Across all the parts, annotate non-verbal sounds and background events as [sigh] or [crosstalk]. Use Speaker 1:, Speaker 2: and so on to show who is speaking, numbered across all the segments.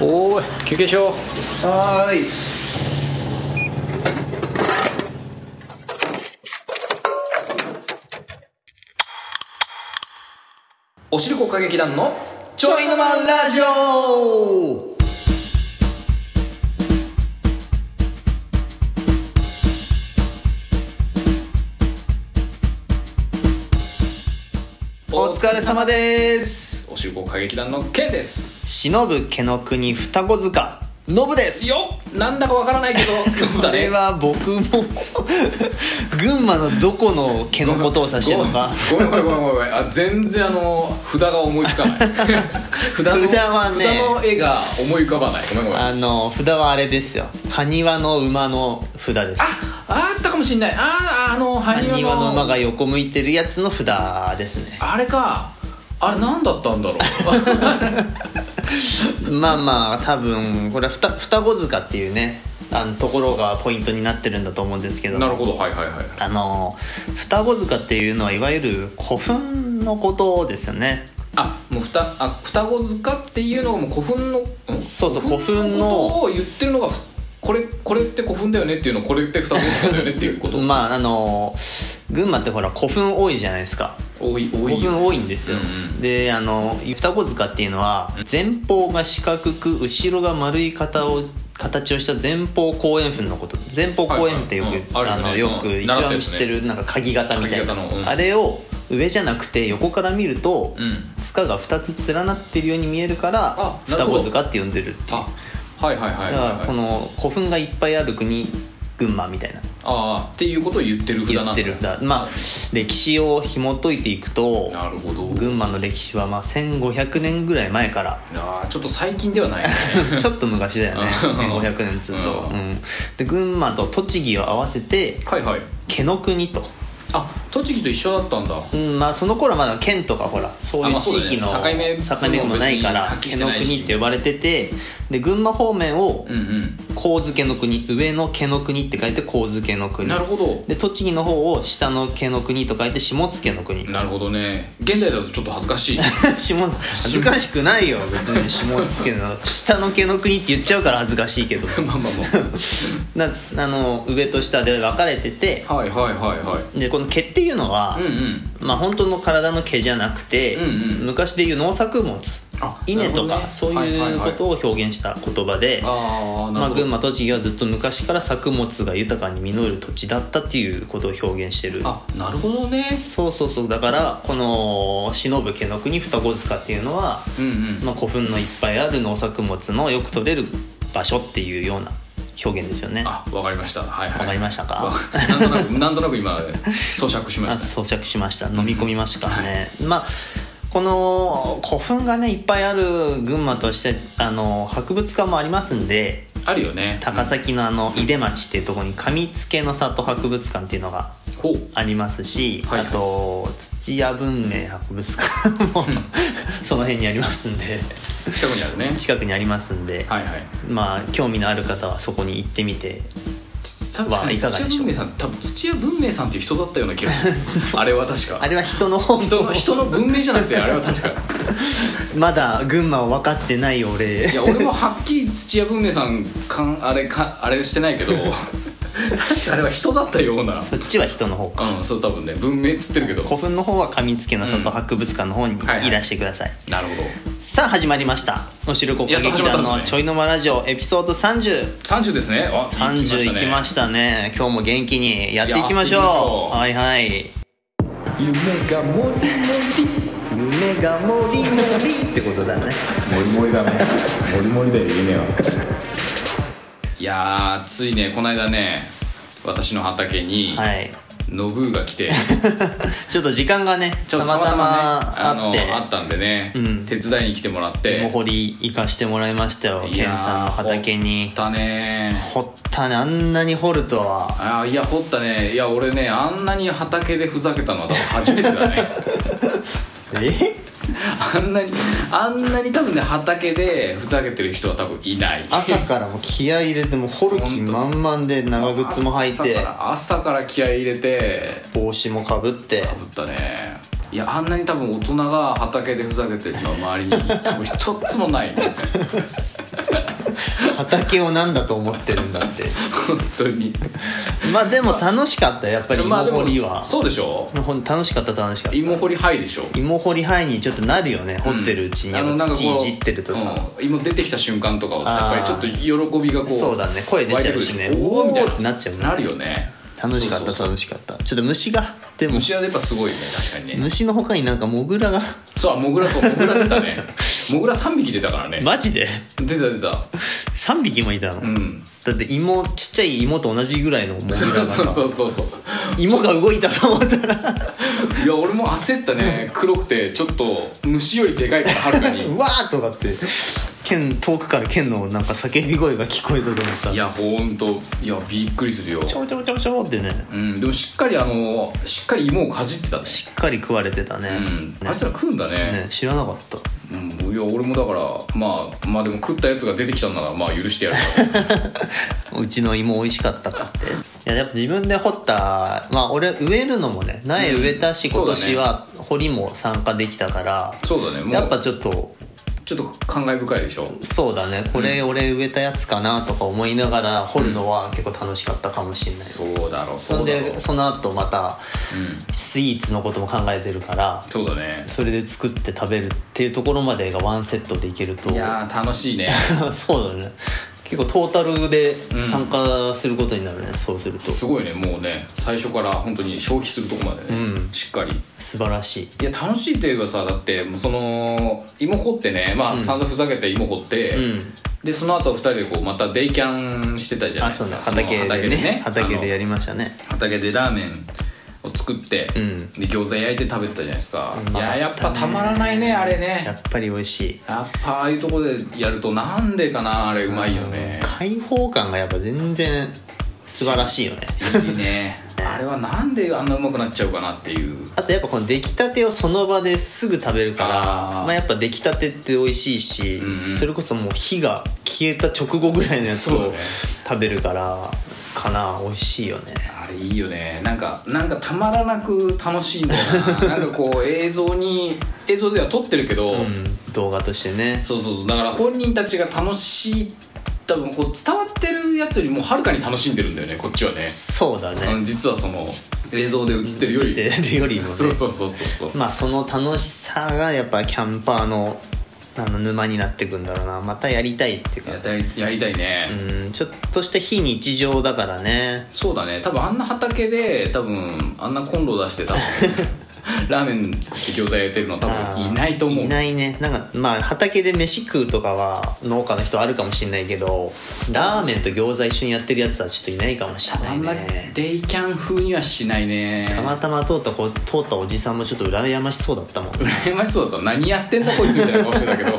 Speaker 1: おーい休憩しよう
Speaker 2: はーい
Speaker 1: おしるこ歌劇団の
Speaker 2: ちょいのまラジオお疲れ様です
Speaker 1: おしるこ歌劇団のケンです
Speaker 2: 忍ぶ毛の国双子塚ノブです
Speaker 1: よっなんだかわからないけど
Speaker 2: [laughs]
Speaker 1: ノブ
Speaker 2: こ
Speaker 1: だ
Speaker 2: れ
Speaker 1: ね
Speaker 2: は僕も [laughs] 群馬のどこの毛のことを指してるのか
Speaker 1: ごめんごめんごめんごめんごめんあ全然あの札が思いつ
Speaker 2: [laughs]
Speaker 1: かない札の
Speaker 2: 札はね
Speaker 1: 札の絵が思い浮かばないごめんごめんあ
Speaker 2: あの札はあれですよ埴輪の馬の札です
Speaker 1: あったかもしんないあーあの埴
Speaker 2: 埴輪
Speaker 1: 輪
Speaker 2: の
Speaker 1: の
Speaker 2: 馬が横向いてるやつの札ですね
Speaker 1: あれかあれ何だったんだろう
Speaker 2: [laughs] まあまあ多分これはふた双子塚っていうねあのところがポイントになってるんだと思うんですけど
Speaker 1: なるほどはいはいはい
Speaker 2: あの双子塚っていうのはいわゆる古墳のことですよね
Speaker 1: あもうふたあ双子塚っていうのがもう古墳のん
Speaker 2: そうそう古墳の
Speaker 1: ことを言ってるのがふこれこれって古墳だよねっていうのこれって双子塚だよねっていうこと
Speaker 2: まああの群馬ってほら古墳多いじゃないですか
Speaker 1: 多い多
Speaker 2: 古
Speaker 1: いよ
Speaker 2: 墳多いんですよ、
Speaker 1: うん
Speaker 2: であの双子塚っていうのは前方が四角く後ろが丸い形を形をした前方後円墳のこと前方後円墳ってよく、
Speaker 1: はいはいうんあるよ
Speaker 2: あ
Speaker 1: ね
Speaker 2: のよく
Speaker 1: うん習
Speaker 2: 一
Speaker 1: った
Speaker 2: 番
Speaker 1: やつ
Speaker 2: 知
Speaker 1: ね
Speaker 2: ってるなんか鍵型みたいな、
Speaker 1: 鍵型のうん
Speaker 2: あれを上じゃなくて横から見ると、
Speaker 1: うん
Speaker 2: 塚が2つ連なってるように見えるから
Speaker 1: あなる
Speaker 2: 双
Speaker 1: ほど
Speaker 2: 子塚って呼んでるっていう
Speaker 1: あはいはいはいはい
Speaker 2: だから
Speaker 1: はい
Speaker 2: この古墳がいっぱいある国群馬みたいな
Speaker 1: ああっていうことを言ってる札
Speaker 2: 言
Speaker 1: なんだ
Speaker 2: ってる札まあ歴史を紐解いていくと
Speaker 1: なるほど
Speaker 2: 群馬の歴史はまあ1500年ぐらい前から [laughs]
Speaker 1: ああちょっと最近ではないね
Speaker 2: ちょっと昔だよ
Speaker 1: [laughs]
Speaker 2: ね1500年ずっと、
Speaker 1: う
Speaker 2: うんで群馬と栃木を合わせて
Speaker 1: はいはい
Speaker 2: 毛の国と、
Speaker 1: あ栃木と一緒だったんだ
Speaker 2: うんまあ、その頃はまだ県とかほらそう
Speaker 1: あ
Speaker 2: い
Speaker 1: ま
Speaker 2: う
Speaker 1: あそうだね
Speaker 2: 地域の
Speaker 1: 境目
Speaker 2: 境目もないから
Speaker 1: も別
Speaker 2: 毛
Speaker 1: に
Speaker 2: の
Speaker 1: はっきりしてないし
Speaker 2: 国って呼ばれててで群馬方面を
Speaker 1: うんう
Speaker 2: 神津毛の国上の毛の国って書いて神津毛の
Speaker 1: ん
Speaker 2: 国
Speaker 1: なるほど
Speaker 2: で栃木の方を下の毛の国と書いて下津毛
Speaker 1: [laughs]
Speaker 2: の国
Speaker 1: なるほどね現代だとちょっと恥ずか
Speaker 2: [laughs]
Speaker 1: しい
Speaker 2: 下恥ずかしくないよ別に下津家の下の毛の国って言っちゃうから恥ずかしいけ
Speaker 1: [laughs]
Speaker 2: ど
Speaker 1: まあまあ
Speaker 2: なあの上と下で分かれてて
Speaker 1: まあはいはいはいは、
Speaker 2: でこの毛っていうのはい
Speaker 1: うんうん
Speaker 2: まあ本当の体の毛じゃなくて、
Speaker 1: うんうん
Speaker 2: 昔でいう農作物
Speaker 1: あ
Speaker 2: 稲とか、
Speaker 1: なるほどね
Speaker 2: そういうことを表現した言葉で、
Speaker 1: ああな
Speaker 2: ま
Speaker 1: る
Speaker 2: あ、
Speaker 1: ほど、
Speaker 2: 群馬栃木はずっと昔から作物が豊かに実る土地だったっていうことを表現してる
Speaker 1: あなるほどね
Speaker 2: そうそうそうだからこの「忍ぶ毛の国双子塚」っていうのは
Speaker 1: うんうん
Speaker 2: まあ、古墳のいっぱいある農作物のよく取れる場所っていうような表現ですよね。わ
Speaker 1: あわかりましたはいはい
Speaker 2: かりましたか
Speaker 1: わなんとなくなんとなく
Speaker 2: [laughs]
Speaker 1: 今咀嚼しま
Speaker 2: あ
Speaker 1: し
Speaker 2: 装着しました飲み込みましたからね。まあこの古墳がねいっぱいある群馬としてあの博物館もありますんで
Speaker 1: たあるよね
Speaker 2: 高崎のあの井出町っていうところに上付の里博物館っていうのが
Speaker 1: ほう
Speaker 2: ありますし、
Speaker 1: はいはい
Speaker 2: あと土屋文明博物館も [laughs] その辺にあります
Speaker 1: [laughs]
Speaker 2: んで
Speaker 1: 近くにあるね
Speaker 2: 近くにありますんで、
Speaker 1: はいはい
Speaker 2: まあ興味のある方はそこに行ってみて
Speaker 1: つ多
Speaker 2: はい
Speaker 1: 分
Speaker 2: かが
Speaker 1: 土屋文
Speaker 2: でしょう
Speaker 1: 明さん多分土屋文明さんっていう人だったような気が
Speaker 2: [laughs]
Speaker 1: するあれは確
Speaker 2: あ
Speaker 1: か
Speaker 2: れは人の方
Speaker 1: 人の人の文明じゃなくてあれは確か
Speaker 2: [laughs] まだ群馬を分かってない俺
Speaker 1: いや俺もはっきり土屋文明さんかんあれかあれしてないけど確かあれは人だったような
Speaker 2: そっちは人の方か
Speaker 1: うんそう多分ね文明っつってるけど
Speaker 2: 古墳の方は上付の里博物館の方に
Speaker 1: はいはい
Speaker 2: いらしてください、
Speaker 1: なるほど
Speaker 2: さあ始まりました「おしるこ歌劇団のちょいのまラジオ」エピソード3030
Speaker 1: 30ですねあ
Speaker 2: いきま
Speaker 1: し
Speaker 2: したね今日も元気にやっていきまし
Speaker 1: やっていきましょ
Speaker 2: ょう
Speaker 1: う
Speaker 2: はいはい
Speaker 1: たね夢がもりもり
Speaker 2: 夢がもりもりってことだね
Speaker 1: もりもりだねもりもりだよ夢はいやーついねこの間ね私の畑に
Speaker 2: はい [laughs]
Speaker 1: ノブーが来て、
Speaker 2: ちょっと時間がね
Speaker 1: ちょったと
Speaker 2: またま
Speaker 1: たま
Speaker 2: あっ
Speaker 1: ね
Speaker 2: て
Speaker 1: あのあったんでね、
Speaker 2: うん
Speaker 1: 手伝いに来てもらって
Speaker 2: 芋掘り行かしてもらいましたよ
Speaker 1: い
Speaker 2: ケ
Speaker 1: やー
Speaker 2: ンさんの畑に
Speaker 1: 掘ったね
Speaker 2: 掘ったねあんなに掘るとは
Speaker 1: あーいや掘ったねいや俺ねあんなに畑でふざけたのは多分初めてだね
Speaker 2: [laughs] え
Speaker 1: あんなにあんなに多分ね畑でふざけてる人は多分いない
Speaker 2: 朝からもう気合い入れてもう掘る気満々で長靴も履い
Speaker 1: 朝か
Speaker 2: て
Speaker 1: ら朝から気合い入れて
Speaker 2: 帽子もかぶって
Speaker 1: ぶったねいやあんなに多分大人が畑でふざけてるのは周りに多分一つもない、ね、
Speaker 2: 畑をなんだと思ってるんだ
Speaker 1: [laughs]
Speaker 2: って
Speaker 1: 本当に
Speaker 2: まあでも楽しかったよやっぱり
Speaker 1: ま
Speaker 2: 芋
Speaker 1: あで
Speaker 2: 掘
Speaker 1: も
Speaker 2: りは、
Speaker 1: そうでしょ
Speaker 2: ほん楽しかった楽しかった
Speaker 1: 芋掘りハイでしょ
Speaker 2: 芋掘り範囲にちょっとなるよね掘ってるうちに
Speaker 1: あのなんかこう
Speaker 2: 土いじってるとさ、
Speaker 1: うん芋出てきた瞬間とかはさ
Speaker 2: あー
Speaker 1: やっぱりちょっと喜びがこう
Speaker 2: そうだね声出ちゃうし
Speaker 1: 湧いてくるで
Speaker 2: ね
Speaker 1: ょおーみたい
Speaker 2: おーってなっちゃうね
Speaker 1: なるよね
Speaker 2: 楽しかっ
Speaker 1: そ
Speaker 2: た
Speaker 1: うそうそう
Speaker 2: 楽しかったちょっと虫がでも
Speaker 1: 虫はやっぱすごいね確かにね
Speaker 2: 虫の他になんかモ
Speaker 1: [laughs]
Speaker 2: グラが
Speaker 1: そうあモグラそうモグラ出たねモグラ3匹出たからね
Speaker 2: マジで
Speaker 1: 出た出た
Speaker 2: 3匹もいたの、
Speaker 1: うん
Speaker 2: だって芋ちっちゃい芋と同じぐらいのモグラが
Speaker 1: [laughs] そう
Speaker 2: さ
Speaker 1: そうそうそう
Speaker 2: 芋が動いたと思ったら [laughs]
Speaker 1: いや俺も焦ったね黒くてちょっと虫よりでかいからはるかに
Speaker 2: うわーとかって剣遠くから剣のなんか叫び声が聞こえたと思った
Speaker 1: いやほんといやびっくりするよ
Speaker 2: ちょろちょろちょろちょろってね
Speaker 1: うんでもしっかりあのしっかり芋をかじってたね
Speaker 2: しっかり食われてたね,、
Speaker 1: うんあいつら食うんだね
Speaker 2: ね知らなかった
Speaker 1: うん、いや俺もだからまあまあでも食ったやつが出てきたんならまあ許してや
Speaker 2: [laughs]
Speaker 1: る
Speaker 2: うちの芋美味しかったかっていややっぱ自分で掘ったまあ俺植えるのもね苗植えたし、
Speaker 1: うん
Speaker 2: 今
Speaker 1: そう
Speaker 2: 年
Speaker 1: だね
Speaker 2: は掘りも参加できたから、
Speaker 1: そうだねもう
Speaker 2: やっぱちょっと
Speaker 1: ちょっと感慨深いでしょ
Speaker 2: そうだねこれ俺植えたやつかなとか思いながら掘るのは結構楽しかったかもしれない、
Speaker 1: そうだろう
Speaker 2: そ
Speaker 1: そ
Speaker 2: ん
Speaker 1: うだろう
Speaker 2: でその後また
Speaker 1: うん、
Speaker 2: スイーツのことも考えてるから
Speaker 1: そうだね
Speaker 2: それで作って食べるっていうところまでがワンセットでいけると
Speaker 1: いやー楽しいね
Speaker 2: [laughs] そうだね結構トータルで参加することになるね、そうすると
Speaker 1: すごいねもうね最初から本当に消費するとこまでね、
Speaker 2: うん
Speaker 1: しっかり
Speaker 2: 素晴らしい
Speaker 1: いや楽しいといえばさだってもうその芋掘ってねまあ、散々ふざけて芋掘って、
Speaker 2: うん
Speaker 1: でその後二人でこうまたデイキャンしてたじゃない
Speaker 2: あ
Speaker 1: です
Speaker 2: そうだ
Speaker 1: か
Speaker 2: 畑
Speaker 1: その
Speaker 2: でね畑
Speaker 1: あの
Speaker 2: でやりましたね
Speaker 1: 畑でラーメンを作って、
Speaker 2: ん
Speaker 1: で餃子焼いて食べてたじゃないですか、
Speaker 2: うま
Speaker 1: い
Speaker 2: かった
Speaker 1: や
Speaker 2: ね
Speaker 1: やっぱたまらないねあれ
Speaker 2: や
Speaker 1: ね
Speaker 2: っぱり美味しい
Speaker 1: やっぱああいうとこでやるとなんでかなあれうまいよね
Speaker 2: 開放感がやっぱ全然素晴らしいよね
Speaker 1: いいねあれはなんであんなうまくなっちゃうかなっていう
Speaker 2: あとやっぱこの出来たてをその場ですぐ食べるから
Speaker 1: あー
Speaker 2: まあやっぱ出来たてって美味しいし、
Speaker 1: うんうん
Speaker 2: それこそもう火が消えた直後ぐらいのやつ
Speaker 1: そうだ
Speaker 2: を
Speaker 1: ね
Speaker 2: 食べるからかな美味しいよね
Speaker 1: あれいいよねなんかなんかたまらなく楽しいんだよななんかこう映像に映像では撮ってるけど、
Speaker 2: うん動画としてね
Speaker 1: そうそうそうだから本人たちが楽しい多分こう伝わってるやつよりもはるかに楽しんでるんだよねこっちはね
Speaker 2: そうだ
Speaker 1: あの
Speaker 2: ね
Speaker 1: 実はその映像で映ってるよ
Speaker 2: 映
Speaker 1: り
Speaker 2: ってるよりもね
Speaker 1: そうそうそうそうそう
Speaker 2: まあその楽しさがやっぱキャンパーのあの沼になってくんだろうなまたやりたいっていうか
Speaker 1: やりたいやりたいね、
Speaker 2: うんちょっとした非日常だからね
Speaker 1: そうだね多分あんな畑で多分あんなコンロ出 [laughs] して多分ラーメン作って餃子焼いてるの多
Speaker 2: あ
Speaker 1: 分
Speaker 2: ー
Speaker 1: いないと思う
Speaker 2: いないねなんかまあ畑で飯食うとかは農家の人あるかもしれないけどラーメンと餃子一緒にやってるやつはちょっといないかもしれな
Speaker 1: あ
Speaker 2: い
Speaker 1: んな
Speaker 2: ね
Speaker 1: デイキャン風にはしないね
Speaker 2: たまたま通ったこ通ったおじさんもちょっと羨ましそうだったもん
Speaker 1: 羨ましそうだった何やってんだこいつみたいな顔してた
Speaker 2: [laughs]
Speaker 1: けど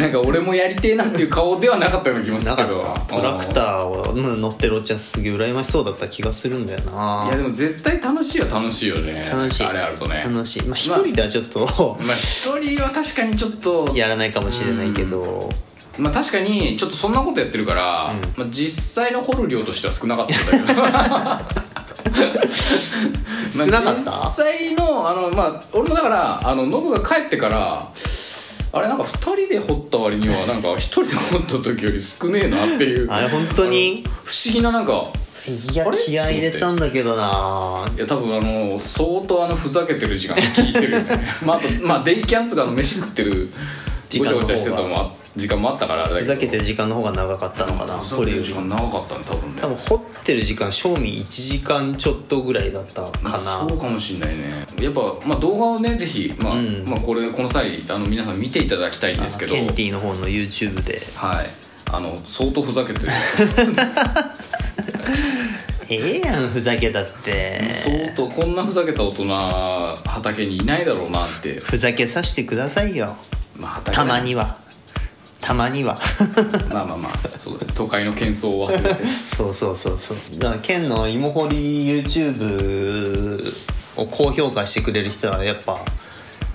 Speaker 1: なんか俺もやりてえなっていう顔ではなかったような気もす
Speaker 2: な
Speaker 1: るけ
Speaker 2: かっ
Speaker 1: ど
Speaker 2: たトラクターをうん乗ってるおっちゃんすげえ羨ましそうだった気がするんだよ
Speaker 1: い
Speaker 2: な
Speaker 1: やでも絶対楽しいは楽しいよね
Speaker 2: 楽しい
Speaker 1: あれあるとね
Speaker 2: 楽しいまあ一人ではちょっと [laughs]
Speaker 1: まあ一人は確かにちょっと
Speaker 2: やらないかもしれないけど
Speaker 1: まあ確かにちょっとそんなことやってるから、まあ、実際の掘る量としては少なかったんだけ
Speaker 2: [laughs]
Speaker 1: どまあ
Speaker 2: 少なかった
Speaker 1: 実際のあのまあ俺もだからあのノブが帰ってからあれなんか2人で掘った割にはなんか1人で掘った時より少ねえなっていう
Speaker 2: あれ本当に
Speaker 1: あの不思議ななんか
Speaker 2: いや
Speaker 1: あれ
Speaker 2: 気合い入れたんだけどない
Speaker 1: や多分あの相当あのふざけてる時間聞いてるよね [laughs] まああと、まあ、デイキャンツがあの飯食ってる
Speaker 2: 時
Speaker 1: ご
Speaker 2: 間
Speaker 1: ちゃ
Speaker 2: の方
Speaker 1: ごち
Speaker 2: が
Speaker 1: ゃしてたのもあ時間もあったからあれだけ
Speaker 2: ふ
Speaker 1: ど
Speaker 2: ざけてる時間の方が長かったのかな
Speaker 1: ふざ
Speaker 2: こ
Speaker 1: け
Speaker 2: れ
Speaker 1: て
Speaker 2: よ
Speaker 1: る
Speaker 2: り
Speaker 1: 時間長かったね多分ね
Speaker 2: 多分掘ってる時間正味1時間ちょっとぐらいだったか
Speaker 1: そう
Speaker 2: な
Speaker 1: かもしんないねやっぱ、まあ、動画をねぜひ、まあ
Speaker 2: ん
Speaker 1: まあ、これこの際あの皆さん見ていただきたいんですけど
Speaker 2: ケンティの方の YouTube で
Speaker 1: はいあの相当ふざけてる、
Speaker 2: [laughs] ええやんふざけたって
Speaker 1: 相当こんなふざけた大人畑にいないだろうなって、
Speaker 2: ふざけさせてくださいよ
Speaker 1: まあ、畑
Speaker 2: たまにはたまには
Speaker 1: まあまあまあそうだね都会の喧騒を忘れて
Speaker 2: そうそうそうそうだから県の芋掘り YouTube を高評価してくれる人はやっぱ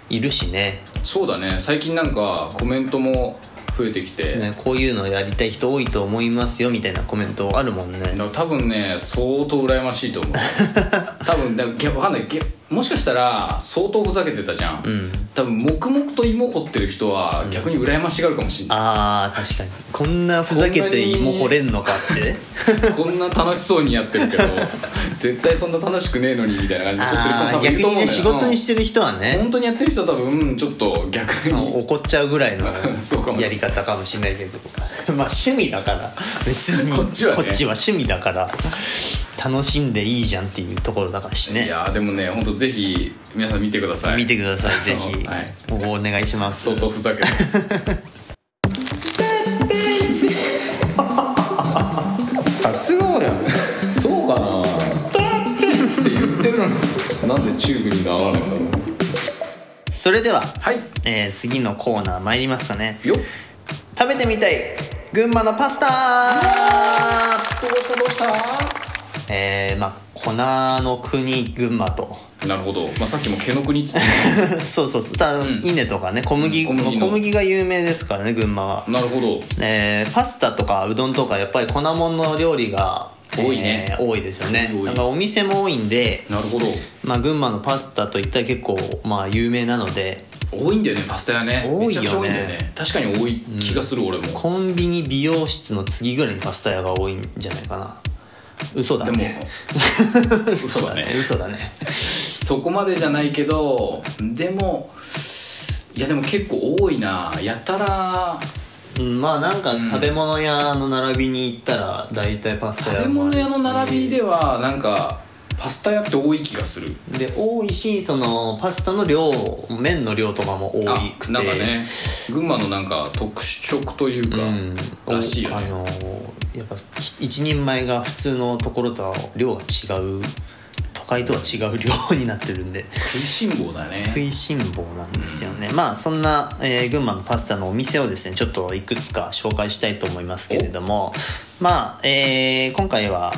Speaker 2: いるしね
Speaker 1: そうだね最近なんかコメントも増えてきて、
Speaker 2: ねこういうのやりたい人多いと思いますよみたいなコメントあるもんね [laughs]
Speaker 1: だから多分ね相当羨ましいと思う多分だからわかんないげもしかしたら相当ふざけてたじゃん、
Speaker 2: うん
Speaker 1: 多分黙々と芋掘ってる人は逆に羨ましがるかもしれない、
Speaker 2: あー確かにこんなふざけて芋掘れんの
Speaker 1: [laughs]
Speaker 2: かって
Speaker 1: こんな楽しそうにやってる
Speaker 2: [laughs]
Speaker 1: けど絶対そんな楽しくねえのにみたいな感じで掘ってる人も多
Speaker 2: あー
Speaker 1: 分い
Speaker 2: 逆
Speaker 1: ると
Speaker 2: に
Speaker 1: 思うん
Speaker 2: ね
Speaker 1: だよ
Speaker 2: 仕事にしてる人は
Speaker 1: うん
Speaker 2: ね
Speaker 1: 本当にやってる人は多分ちょっと逆に
Speaker 2: 怒っちゃうぐらいの
Speaker 1: [laughs] そうかもし
Speaker 2: や
Speaker 1: れな
Speaker 2: り
Speaker 1: い
Speaker 2: 方かもしれないけど [laughs] まあ趣味だから別に
Speaker 1: こっちはね
Speaker 2: こっちは趣味だから楽しんでいいじゃんっていうところだからし
Speaker 1: い
Speaker 2: ね
Speaker 1: やーでもね本当ぜひ皆さん見てください
Speaker 2: 見てくださいぜひ、
Speaker 1: はい
Speaker 2: お願いします
Speaker 1: 相当ふざけてます [laughs] あっちの方だよそうかなって言ってるのになんでチューブにならないんだろう
Speaker 2: それでは、
Speaker 1: はい
Speaker 2: えー次のコーナー参りますかね
Speaker 1: よっ
Speaker 2: 食べてみたい群馬のパスタ
Speaker 1: どうしたどうした
Speaker 2: えー、まあ粉の国群馬と [laughs]
Speaker 1: なるほど、まあ、さっきも毛の国っつって
Speaker 2: そうそうそうさ、
Speaker 1: ん
Speaker 2: 稲とかね小麦
Speaker 1: うん小麦の
Speaker 2: 小麦が有名ですからね群馬は
Speaker 1: なるほど
Speaker 2: えーパスタとかうどんとかやっぱり粉もんの料理が
Speaker 1: 多いね
Speaker 2: えー多いですよね
Speaker 1: 多い
Speaker 2: だからお店も多いんで、
Speaker 1: なるほど
Speaker 2: まあ、群馬のパスタといったら結構まあ有名なので
Speaker 1: 多いんだよねパスタ屋ね
Speaker 2: 多
Speaker 1: め
Speaker 2: いよね
Speaker 1: ちゃくちゃ多いんだよね確かに多い気がする、俺も
Speaker 2: コンビニ美容室の次ぐらいにパスタ屋が多いんじゃないかな嘘だ
Speaker 1: でも
Speaker 2: ね [laughs] 嘘だね嘘だね
Speaker 1: そこまでじゃないけどでもいやでも結構多いなやたら
Speaker 2: うんまあなんか食べ物屋の並びに行ったら大体パスタ
Speaker 1: 食べ
Speaker 2: 屋もあ
Speaker 1: 物
Speaker 2: るし
Speaker 1: 屋の並びではなんかパスタ屋って多い気がする
Speaker 2: で多いしそのパスタの量麺の量とかも多
Speaker 1: あ
Speaker 2: いくて
Speaker 1: なんかね群馬のなんか特色というか、
Speaker 2: うん
Speaker 1: らしいよ
Speaker 2: あ
Speaker 1: ね
Speaker 2: のやっぱ一人前が普通のところとは量が違う都会とは違う量になってるんで
Speaker 1: 食いしん坊だ
Speaker 2: 食
Speaker 1: ね
Speaker 2: いしん坊なんですよね、まあそんな、えー群馬のパスタのお店をですねちょっといくつか紹介したいと思いますけれどもまあ、えー今回は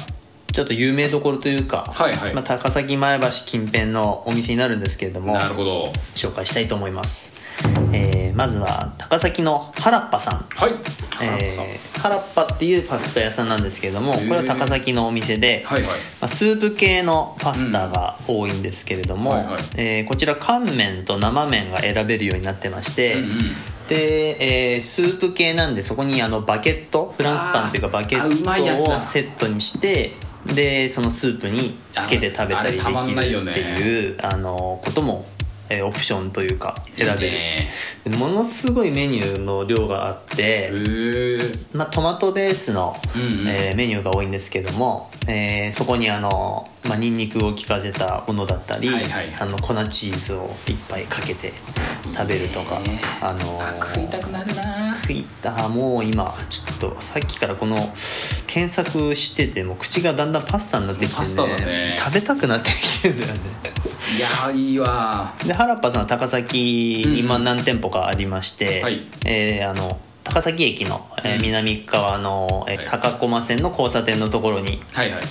Speaker 2: ちょっと有名どころというか、
Speaker 1: はいはい
Speaker 2: まあ、高崎前橋近辺のお店になるんですけれども
Speaker 1: なるほど
Speaker 2: 紹介したいと思います、えーまずは高崎の原っぱさん
Speaker 1: はい原
Speaker 2: え
Speaker 1: 田さん、
Speaker 2: ー、原っぱっていうパスタ屋さんなんですけれども
Speaker 1: へー
Speaker 2: これは高崎のお店で、
Speaker 1: はいはい
Speaker 2: まあ、スープ系のパスタが多いんですけれども、
Speaker 1: うんはいはい
Speaker 2: えーこちら乾麺と生麺が選べるようになってまして、
Speaker 1: うんうん
Speaker 2: で、えースープ系なんでそこにあのバケットフランスパンというかバケ
Speaker 1: あーうまいや
Speaker 2: ッ
Speaker 1: つ
Speaker 2: トを
Speaker 1: だ
Speaker 2: セットにしてでそのスープにつけて食べたりで
Speaker 1: ああれたまんない
Speaker 2: き
Speaker 1: よ
Speaker 2: る
Speaker 1: ね
Speaker 2: っていうあのことも、えーオプションというか選べる
Speaker 1: いいね
Speaker 2: でものすごいメニューの量があって、
Speaker 1: へー
Speaker 2: まあ、トマトベースの、
Speaker 1: うんうん
Speaker 2: えーメニューが多いんですけども、えーそこにあの、まあ、ニンニクを効かせたものだったり、
Speaker 1: はいはいはい
Speaker 2: あの粉チーズをいっぱいかけて食べるとか
Speaker 1: いいね
Speaker 2: あの
Speaker 1: あ食いたくなるな
Speaker 2: 食いたもう今ちょっとさっきからこの検索しててもう口がだんだんパスタになってきて、ね
Speaker 1: パスタだね
Speaker 2: 食べたくなってきてるんだよね
Speaker 1: いやーいいわ
Speaker 2: で原っぱさんは高崎に今
Speaker 1: うん
Speaker 2: 何店舗かありまして、
Speaker 1: はい
Speaker 2: えーあの高崎駅の、えー
Speaker 1: うん
Speaker 2: 南側の、えー
Speaker 1: はい
Speaker 2: 高駒線の交差点のところに
Speaker 1: はいはい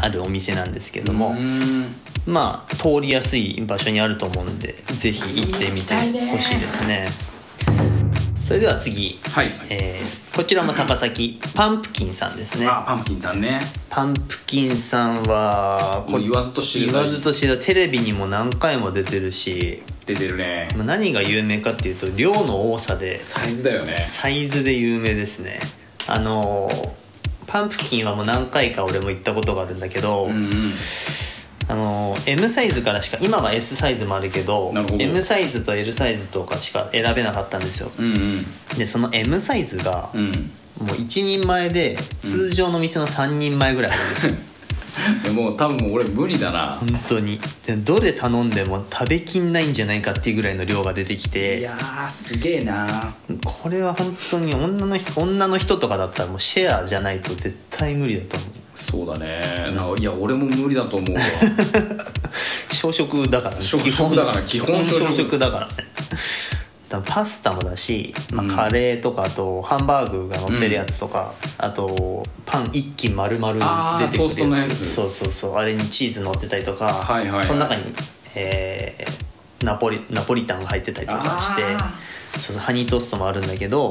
Speaker 2: あるお店なんですけども、
Speaker 1: うーん
Speaker 2: まあ通りやすい場所にあると思うんでぜひ行ってみてほしいですねそれでは次、
Speaker 1: はい、
Speaker 2: えーこちらも高崎パンプキンさんですね
Speaker 1: あパンプキンさんね
Speaker 2: パンプキンさんは
Speaker 1: もう言わずと知れ
Speaker 2: 言
Speaker 1: た
Speaker 2: わずと知れたテレビにも何回も出てるし
Speaker 1: 出てるね
Speaker 2: まあ何が有名かっていうと量の多さで
Speaker 1: サイズだよね
Speaker 2: サイズで有名ですねあのーパンプキンはもう何回か俺も行ったことがあるんだけど、
Speaker 1: うんうん
Speaker 2: あのー M サイズからしか今は S サイズもあるけど
Speaker 1: なるほど
Speaker 2: M サイズと L サイズとかしか選べなかったんですよ
Speaker 1: うんうん
Speaker 2: でその M サイズが
Speaker 1: うん
Speaker 2: もう1人前で通常の店の3人前ぐらいあるん
Speaker 1: [laughs]
Speaker 2: ですよ、
Speaker 1: でも多分俺無理だな
Speaker 2: 本当にでどれ頼んでも食べきんないんじゃないかっていうぐらいの量が出てきて
Speaker 1: いやーすげえな
Speaker 2: これは本当に女の人女の人とかだったらもうシェアじゃないと絶対無理だと思う [laughs]
Speaker 1: そうだねなんかいや俺も無理だと思うわ [laughs]
Speaker 2: 小食だからね
Speaker 1: 小食だから
Speaker 2: 基
Speaker 1: 基
Speaker 2: 本
Speaker 1: 本
Speaker 2: 小
Speaker 1: 小
Speaker 2: 食
Speaker 1: 食
Speaker 2: だからね [laughs] だからパスタもだし、まあ、
Speaker 1: うん
Speaker 2: カレーとかあとハンバーグが乗ってるやつとか、あとパン一斤丸々
Speaker 1: あ
Speaker 2: 出
Speaker 1: ー
Speaker 2: てくる
Speaker 1: トーストのやつ
Speaker 2: そうそうそうあれにチーズ乗ってたりとか、
Speaker 1: はいはいはい
Speaker 2: その中に、えーナポリナポリタンが入ってたりとかして
Speaker 1: あ
Speaker 2: そうそうハニートーストもあるんだけど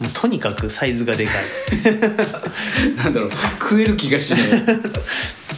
Speaker 2: もうとにかくサイズがでか
Speaker 1: なんだろう食える気がしない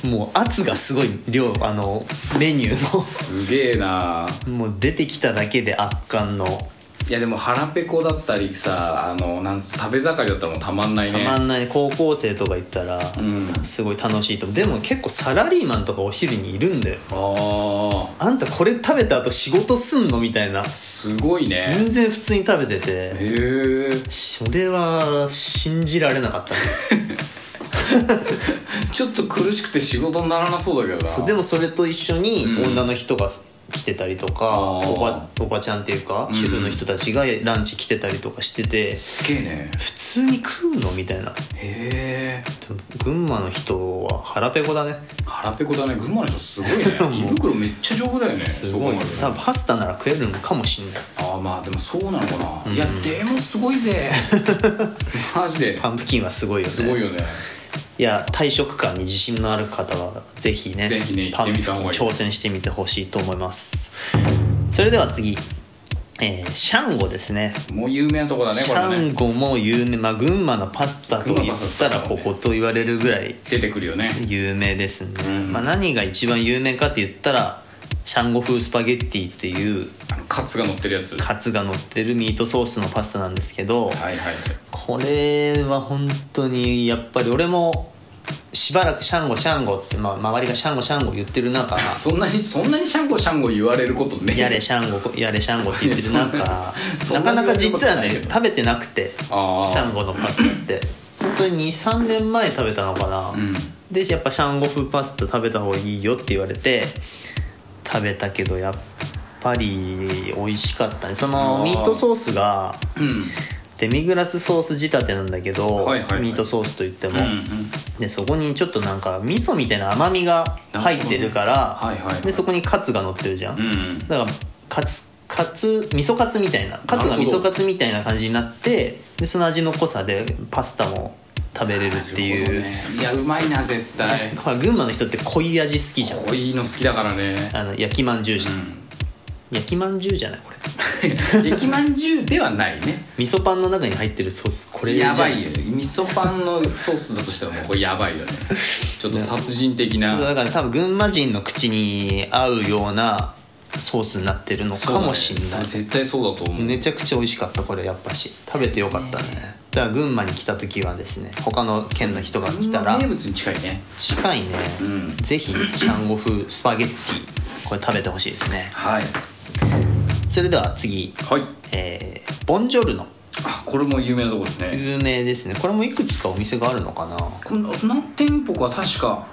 Speaker 2: いもう圧がすごい量あのメニュー
Speaker 1: すげえな
Speaker 2: のもう出てきただけで圧巻の
Speaker 1: いやでも腹ペコだったりさあのなんつ食べ盛りだったらもうたまんない
Speaker 2: た
Speaker 1: ね
Speaker 2: まんない高校生とか行ったら、
Speaker 1: ん
Speaker 2: すごい楽しいと思うでも結構サラリーマンとかお昼にいるんだよ
Speaker 1: あ
Speaker 2: あんたこれ食べた後仕事すんのみたいな
Speaker 1: あすごいね
Speaker 2: 全然普通に食べてて
Speaker 1: へえ
Speaker 2: それは信じられなかったね
Speaker 1: ちょっと苦しくて仕事にならなそうだけどな
Speaker 2: そうでもそれと一緒に
Speaker 1: うん
Speaker 2: 女の人が来てたりと
Speaker 1: あ
Speaker 2: か、
Speaker 1: ー
Speaker 2: おばおばちゃんっていうか
Speaker 1: うん
Speaker 2: 主婦の人たちがランチ来てたりとかしてて、
Speaker 1: すげえね
Speaker 2: 普通に食うのみたいな
Speaker 1: へえ
Speaker 2: ちょ群馬の人は腹ペコだね
Speaker 1: 腹ペコだね群馬の人すご
Speaker 2: [laughs]
Speaker 1: いね胃袋めっちゃ丈夫だよね
Speaker 2: すごい
Speaker 1: そこまで
Speaker 2: 多分パスタなら食えるのかもしんない
Speaker 1: ああまあでもそうなのかな、いやでもすごい
Speaker 2: [laughs]
Speaker 1: ぜマジで
Speaker 2: パンプキンはすごいよね
Speaker 1: すごいよね
Speaker 2: いや退職感に自信のある方はぜひね
Speaker 1: ぜひね行
Speaker 2: パ
Speaker 1: って
Speaker 2: ンプ
Speaker 1: み
Speaker 2: キン
Speaker 1: た方がいい
Speaker 2: 挑戦してみてほしいと思いますそれでは次、えーシャンゴですね
Speaker 1: もう有名なとこだね
Speaker 2: シ
Speaker 1: これ
Speaker 2: ャ
Speaker 1: ね
Speaker 2: ンゴも有名、まあ、群馬のパスタと
Speaker 1: 群馬
Speaker 2: 言っ
Speaker 1: のパス
Speaker 2: た
Speaker 1: タだ
Speaker 2: ら
Speaker 1: ね
Speaker 2: ここと言われるぐらい
Speaker 1: 出てくるよね
Speaker 2: 有名ですね、
Speaker 1: うん
Speaker 2: まあ、何が一番有名かって言ったらシャンゴ風スパゲッティっていう
Speaker 1: あのカツが乗ってるやつは
Speaker 2: カツが乗ってるミートソースのパスタなんですけど、
Speaker 1: いはいはい
Speaker 2: これは本当にやっぱり俺もしばらくシャンゴシャンゴって、まあ、周りがシャンゴシャンゴ言って
Speaker 1: [laughs]
Speaker 2: る中
Speaker 1: そんなにそんなにシャンゴシャンゴ言われることね
Speaker 2: やれシャンゴやれシャンゴって言ってる中
Speaker 1: いやそ
Speaker 2: なん
Speaker 1: な
Speaker 2: かなか実は
Speaker 1: そんなに
Speaker 2: ね食べてなくてシ
Speaker 1: あー
Speaker 2: ャンゴのパスタって本当に23年前食べたのかな、
Speaker 1: うん
Speaker 2: でやっぱシャンゴ風パスタ食べた方がいいよって言われて食べたけどやっぱり美味しかったねそのミートソースが
Speaker 1: うん
Speaker 2: デミグラスソース仕立てなんだけど、
Speaker 1: はいはいはい
Speaker 2: ミートソースといっても、
Speaker 1: うんうん
Speaker 2: でそこにちょっとなんか味噌みたいな甘みが入ってるから
Speaker 1: なるほどねはいはいはい
Speaker 2: でそこにカツが乗ってるじゃん、
Speaker 1: うん
Speaker 2: だからカツカツ味噌カツみたいなカツ
Speaker 1: な
Speaker 2: が
Speaker 1: る
Speaker 2: 味
Speaker 1: ほど
Speaker 2: 噌カツみたいな感じになってでその味の濃さでパスタも食べれるって
Speaker 1: なる
Speaker 2: いう、
Speaker 1: ほどねいやうまいな絶対
Speaker 2: [laughs] ほら群馬の人って濃い味好きじゃん
Speaker 1: 濃いの好きだからね
Speaker 2: あの焼きまんじゅうじゃ、
Speaker 1: うんん
Speaker 2: 焼きまんじゅうじゃないこれ [laughs]
Speaker 1: 焼きまんじゅうではないね
Speaker 2: 味噌パンの中に入ってるソースこれじゃん
Speaker 1: やばいよ味噌パンのソースだとしたらもうこれやばいよねちょっと殺人的な
Speaker 2: だから多分群馬人の口に合うようなソースになってるのかもしん
Speaker 1: そうだ
Speaker 2: ない、
Speaker 1: ね絶対そうだと思う
Speaker 2: めちゃくちゃ美味しかったこれやっぱし食べてよかったねだから群馬に来た時はですね他の県の人が来たら
Speaker 1: 名物に近いね
Speaker 2: 近いね、
Speaker 1: ん
Speaker 2: ぜひシャンゴ風スパゲッティこれ食べてほしいですね
Speaker 1: はい
Speaker 2: それでは次
Speaker 1: はい
Speaker 2: えーボンジョルノ
Speaker 1: あこれも有名なとこですね
Speaker 2: 有名ですねこれもいくつかお店があるのかな
Speaker 1: この何店舗か確か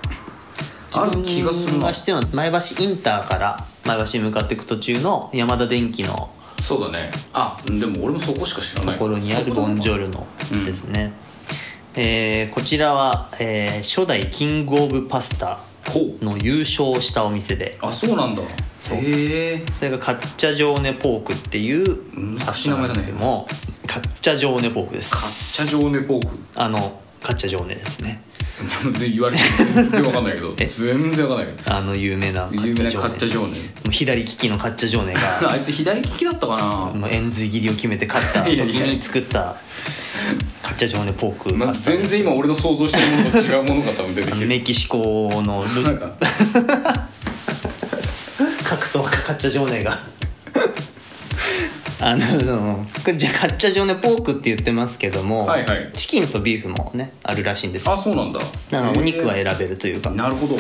Speaker 1: ある気がする
Speaker 2: 自分
Speaker 1: な
Speaker 2: がしては前橋インターから前橋に向かっていく途中の山田電機の
Speaker 1: そうだねあでも俺もそこしか知らない
Speaker 2: ところにあるボンジョ
Speaker 1: ル
Speaker 2: ルノですね、えーこちらは、えー初代キングオブパスタ
Speaker 1: ほう
Speaker 2: の優勝したお店で
Speaker 1: あそうなんだ
Speaker 2: そう
Speaker 1: へえ
Speaker 2: それがカッチャジョーネポークっていう
Speaker 1: ん
Speaker 2: パスタなんですけども、カッチャジョーネポークで
Speaker 1: カ
Speaker 2: す
Speaker 1: ッチャジョーネポーク
Speaker 2: あのカッチャジョーネですね
Speaker 1: 全然言われて全然わかんないけど全然わかんないけ
Speaker 2: あの有名なカ
Speaker 1: ど有
Speaker 2: ッ
Speaker 1: 名
Speaker 2: チャ
Speaker 1: な
Speaker 2: ジョ
Speaker 1: カッチャ
Speaker 2: ーネ
Speaker 1: ジョーネ
Speaker 2: もう左利きのカッチャジョーネ
Speaker 1: [laughs]
Speaker 2: が
Speaker 1: あいつ左利きだったかな、
Speaker 2: もう円髄切りを決めて勝った時に作ったカッチャジョーネポーク
Speaker 1: まあ、
Speaker 2: パスタ
Speaker 1: 全然今俺の想像してるものと違うものが多分出てき
Speaker 2: あの
Speaker 1: てる
Speaker 2: メキシコの
Speaker 1: [laughs]
Speaker 2: ル
Speaker 1: なんか
Speaker 2: 格闘家カッチャジョーネがあのそのこれじゃあカッチャジョーネポークって言ってますけども、
Speaker 1: はいはい
Speaker 2: チキンとビーフもねあるらしいんです
Speaker 1: あそうなんだ
Speaker 2: だからお肉は
Speaker 1: え
Speaker 2: 選べるというか
Speaker 1: ー、なるほど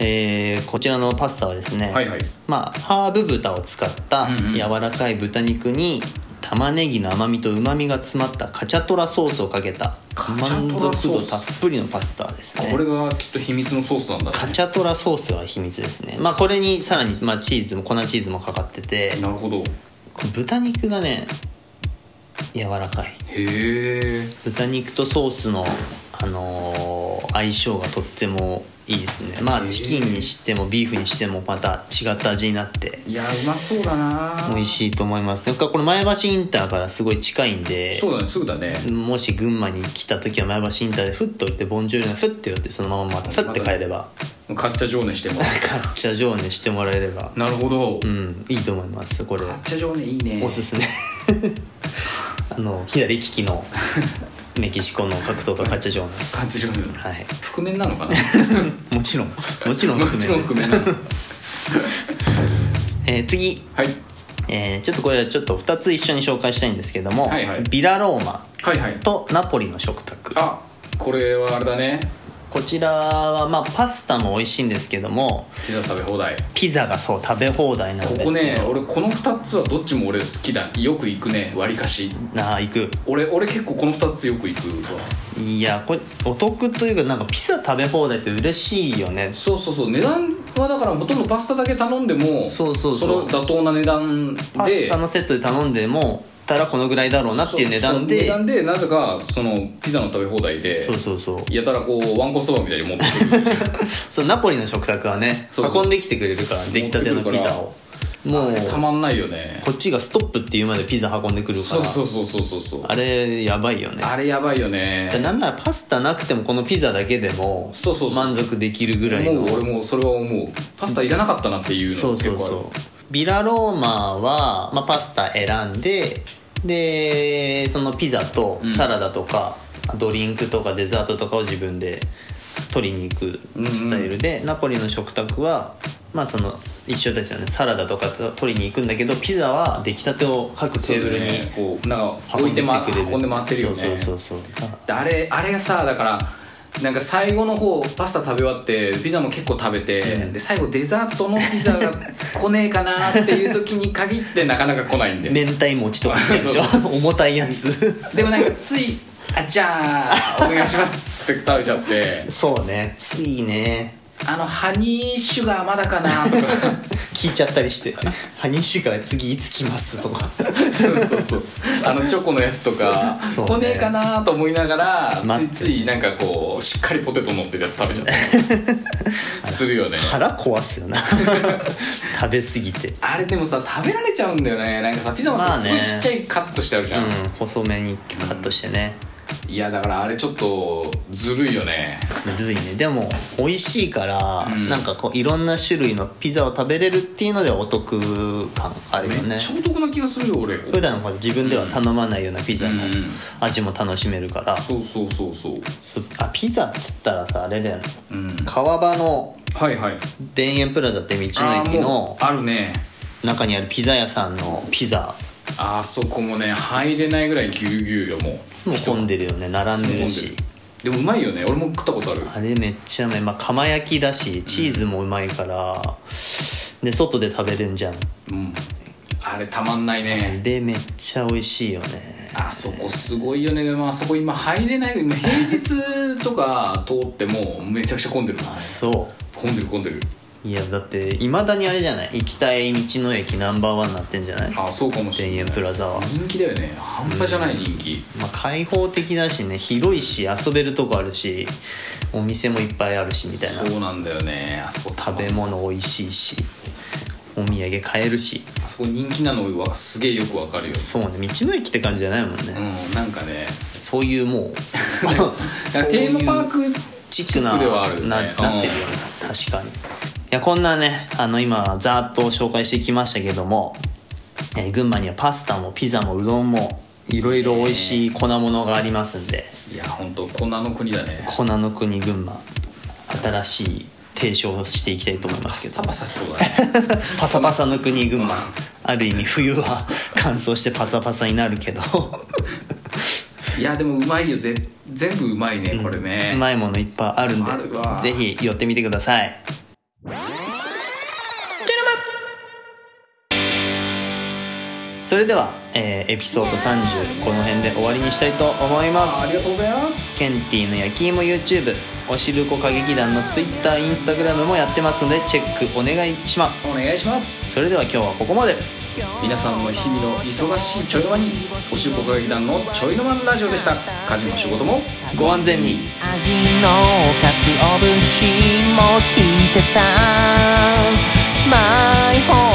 Speaker 2: えーこちらのパスタはですね、
Speaker 1: はいはい
Speaker 2: まあ、ハーブ豚を使った
Speaker 1: うんうん
Speaker 2: 柔らかい豚肉に玉ねぎの甘みとうまみが詰まったカチャトラソースをかけた
Speaker 1: カチャ
Speaker 2: 満
Speaker 1: トラ
Speaker 2: 足
Speaker 1: ソー
Speaker 2: 度
Speaker 1: ス
Speaker 2: たっぷりのパスタですね
Speaker 1: これがきっと秘密のソースなんだ、ね、
Speaker 2: カチャトラソースは秘密ですねまあこれにさらに、まあ、チーズも粉チーズもかかってて
Speaker 1: なるほど
Speaker 2: この豚肉がね柔らかい
Speaker 1: へえ
Speaker 2: 豚肉とソースの、あのー相性がとってもいいですねま
Speaker 1: へ
Speaker 2: あ
Speaker 1: ー
Speaker 2: チキンにしてもビーフにしてもまた違った味になって
Speaker 1: いやうまそうだな
Speaker 2: 美味しいと思いますだからこれ前橋インターからすごい近いんで
Speaker 1: そうだねすぐだね
Speaker 2: もし群馬に来た時は前橋インターでフッと行ってボンジュールのフッて寄ってそのまままたフッて帰れば
Speaker 1: カッチャジョーネ
Speaker 2: [laughs]
Speaker 1: しても
Speaker 2: カッチャジョーネしてもらえれば
Speaker 1: なるほど、
Speaker 2: うんいいと思いますこれ
Speaker 1: カッチャジョーネいいね
Speaker 2: おすすめ [laughs] あの左利
Speaker 1: [laughs]
Speaker 2: きのメキシコの格闘家カッチャジョーの
Speaker 1: 感じる
Speaker 2: はい
Speaker 1: 覆面なのかな
Speaker 2: [laughs] もちろんもちろん
Speaker 1: も
Speaker 2: 含
Speaker 1: ちろん
Speaker 2: め
Speaker 1: 覆面な
Speaker 2: [laughs]
Speaker 1: の
Speaker 2: えー次、
Speaker 1: はい
Speaker 2: えーちょっとこれはちょっと2つ一緒に紹介したいんですけども、
Speaker 1: はいはい
Speaker 2: ビラローマ
Speaker 1: はいはい
Speaker 2: とナポリの食卓
Speaker 1: あこれはあれだね
Speaker 2: こちらはまあパスタも美味しいんですけども
Speaker 1: ピザ食べ放題
Speaker 2: ピザがそう食べ放題なんです
Speaker 1: こ
Speaker 2: よ
Speaker 1: こね俺この2つはどっちも俺好きだよく行くねわりかし
Speaker 2: なあ行く
Speaker 1: 俺俺結構この2つよく行くわ
Speaker 2: いやこれお得というかなんかピザ食べ放題って嬉しいよね
Speaker 1: そうそうそう値段はだからほとんどパスタだけ頼んでも
Speaker 2: そうそうそう
Speaker 1: その妥当な値段で
Speaker 2: パスタのセットで頼んでもたらこのぐらいだろうなっていう値段で
Speaker 1: そうそう値段でなぜかそのピザの食べ放題で
Speaker 2: そうそうそう
Speaker 1: やたらこうわんこそばみたいに持ってくる
Speaker 2: そうナポリの食卓はね
Speaker 1: そうそう
Speaker 2: 運んできてくれるから出来たてのピザをも [laughs] う
Speaker 1: たまんないよね
Speaker 2: こっちがストップっていうまでピザ運んでくるか
Speaker 1: そう
Speaker 2: ら
Speaker 1: そうそうそうそうそう
Speaker 2: あれやばいよね
Speaker 1: あれやばいよね
Speaker 2: なんならパスタなくてもこのピザだけでも
Speaker 1: そうそうそう
Speaker 2: 満足できるぐらい
Speaker 1: も
Speaker 2: の
Speaker 1: う俺もそれは思うパスタいらなかったなっていう
Speaker 2: そ
Speaker 1: の
Speaker 2: う
Speaker 1: 結
Speaker 2: そう
Speaker 1: 構ある
Speaker 2: そうビラローマは、まあ、パスタ選んででそのピザとサラダとか、ドリンクとかデザートとかを自分で取りに行くスタイルで、ナポリの食卓はまあその一緒ですよねサラダとか取りに行くんだけどピザは出来たてを各テーブルに
Speaker 1: ねこうなんか置
Speaker 2: 運
Speaker 1: い
Speaker 2: ん
Speaker 1: て
Speaker 2: で
Speaker 1: ま
Speaker 2: きてくれる
Speaker 1: 運んで回ってるよね
Speaker 2: そうそうそうそう
Speaker 1: であれあれがさだからなんか最後の方パスタ食べ終わってピザも結構食べて、で最後デザートのピザが来ねえかなっていう時に限ってなかなか来ないんで
Speaker 2: 明太餅とかしちゃうでしょ
Speaker 1: [laughs]
Speaker 2: 重たいやつ
Speaker 1: でもなんかつい「あじゃあお願いします」って食べちゃって
Speaker 2: そうねついね
Speaker 1: 「あのハニーシュガーまだかな」とか
Speaker 2: 聞いちゃったり [laughs] して「ハニッシュから次いつ来ます」とか
Speaker 1: そうそうそうあのチョコのやつとか、
Speaker 2: そうね
Speaker 1: 来ねえかなと思いながら
Speaker 2: 待っ
Speaker 1: ついついなんかこうしっかりポテト乗ってるやつ食べ [laughs] ちゃったりするよね
Speaker 2: 腹壊すよ [laughs] な食べ過ぎて
Speaker 1: あれでもさ食べられちゃうんだよねなんかさピザもさ、
Speaker 2: まあね
Speaker 1: すごいちっちゃいカットしてあるじ
Speaker 2: う
Speaker 1: ゃん、
Speaker 2: ん細めにカットしてね、
Speaker 1: いやだからあれちょっとずるいよね
Speaker 2: ずるいねでも美味しいから、
Speaker 1: うん
Speaker 2: なんかこういろんな種類のピザを食べれるっていうのでお得感あるよ
Speaker 1: め
Speaker 2: ね
Speaker 1: っちゃお得な気がするよ俺
Speaker 2: 普段は自分では頼まないようなピザの
Speaker 1: うん
Speaker 2: 味も楽しめるから、
Speaker 1: そうそうそうそう
Speaker 2: そあピザっつったらさあれだよね
Speaker 1: うん
Speaker 2: 川場の
Speaker 1: はいはい
Speaker 2: 田園プラザって道の
Speaker 1: あ
Speaker 2: 駅
Speaker 1: ー
Speaker 2: の
Speaker 1: もうあるね
Speaker 2: 中にあるピザ屋さんのピザ
Speaker 1: あそこもね入れないぐらいぎゅうぎゅうよもう
Speaker 2: いつも混んでるよね並んでるし
Speaker 1: でもうまいよね俺も食ったことある
Speaker 2: あれめっちゃうまい、まあ、釜焼きだしチーズもうまいから、で外で食べれんじゃん
Speaker 1: うんあれたまんない
Speaker 2: あ
Speaker 1: ね
Speaker 2: れめっちゃ美味しいよね
Speaker 1: あそこすごいよねでもあそこ今入れない今平日とか通ってもめちゃくちゃ混んでる
Speaker 2: あそ
Speaker 1: 混んでる混んでる
Speaker 2: ういやだっていまだにあれじゃない行きたい道の駅ナンバーワンになってんじゃない
Speaker 1: あそうかもし
Speaker 2: 田
Speaker 1: れ
Speaker 2: 園
Speaker 1: ない
Speaker 2: プラザは、
Speaker 1: 人気だよね半端じゃない人気
Speaker 2: まあ、開放的だしね広いし遊べるとこあるしお店もいっぱいあるしみたいな
Speaker 1: そうなんだよねあそこ
Speaker 2: 食べ物美味しいしお土産買えるし
Speaker 1: あそこ人気なのはすげえよくわかるよ
Speaker 2: そうね道の駅って感じじゃないもんね、
Speaker 1: うんなんかね
Speaker 2: そういう
Speaker 1: [laughs]
Speaker 2: もう
Speaker 1: なんかテーマパー
Speaker 2: ク
Speaker 1: ク
Speaker 2: チックな
Speaker 1: 地区ではあるよね
Speaker 2: ななってるよね確かにいやこんなねあの今ざーっと紹介してきましたけども、えー群馬にはパスタもピザもうどんもいろいろ美味しい粉物がありますんで
Speaker 1: いや本当粉の国だね
Speaker 2: 粉の国群馬新しい提唱をしていきたいと思いま
Speaker 1: パ
Speaker 2: すけど
Speaker 1: サパサしそうだね
Speaker 2: パサパサの国群馬ある意味冬は乾燥してパサパサになるけど
Speaker 1: いやでもうまいよぜ全部うまいねこれね、
Speaker 2: うまいものいっぱいあるん
Speaker 1: ある
Speaker 2: で
Speaker 1: わ
Speaker 2: ぜひ寄ってみてくださいそれでは、えーエピソード30この辺で終わりにしたいと思いま
Speaker 1: あり
Speaker 2: す
Speaker 1: がとうございます
Speaker 2: ケンティーの焼き芋 YouTube おしるこ歌劇団の TwitterInstagram もやってますのでチェックお願いしま
Speaker 1: お
Speaker 2: す
Speaker 1: 願いします
Speaker 2: それでは今日はここまで
Speaker 1: 皆さんの日々の忙しいちょいの間におしるこ歌劇団のちょいの間ラジオでした家事も仕事も
Speaker 2: ご安全に
Speaker 3: 味のかつお節も聞いてたマイホー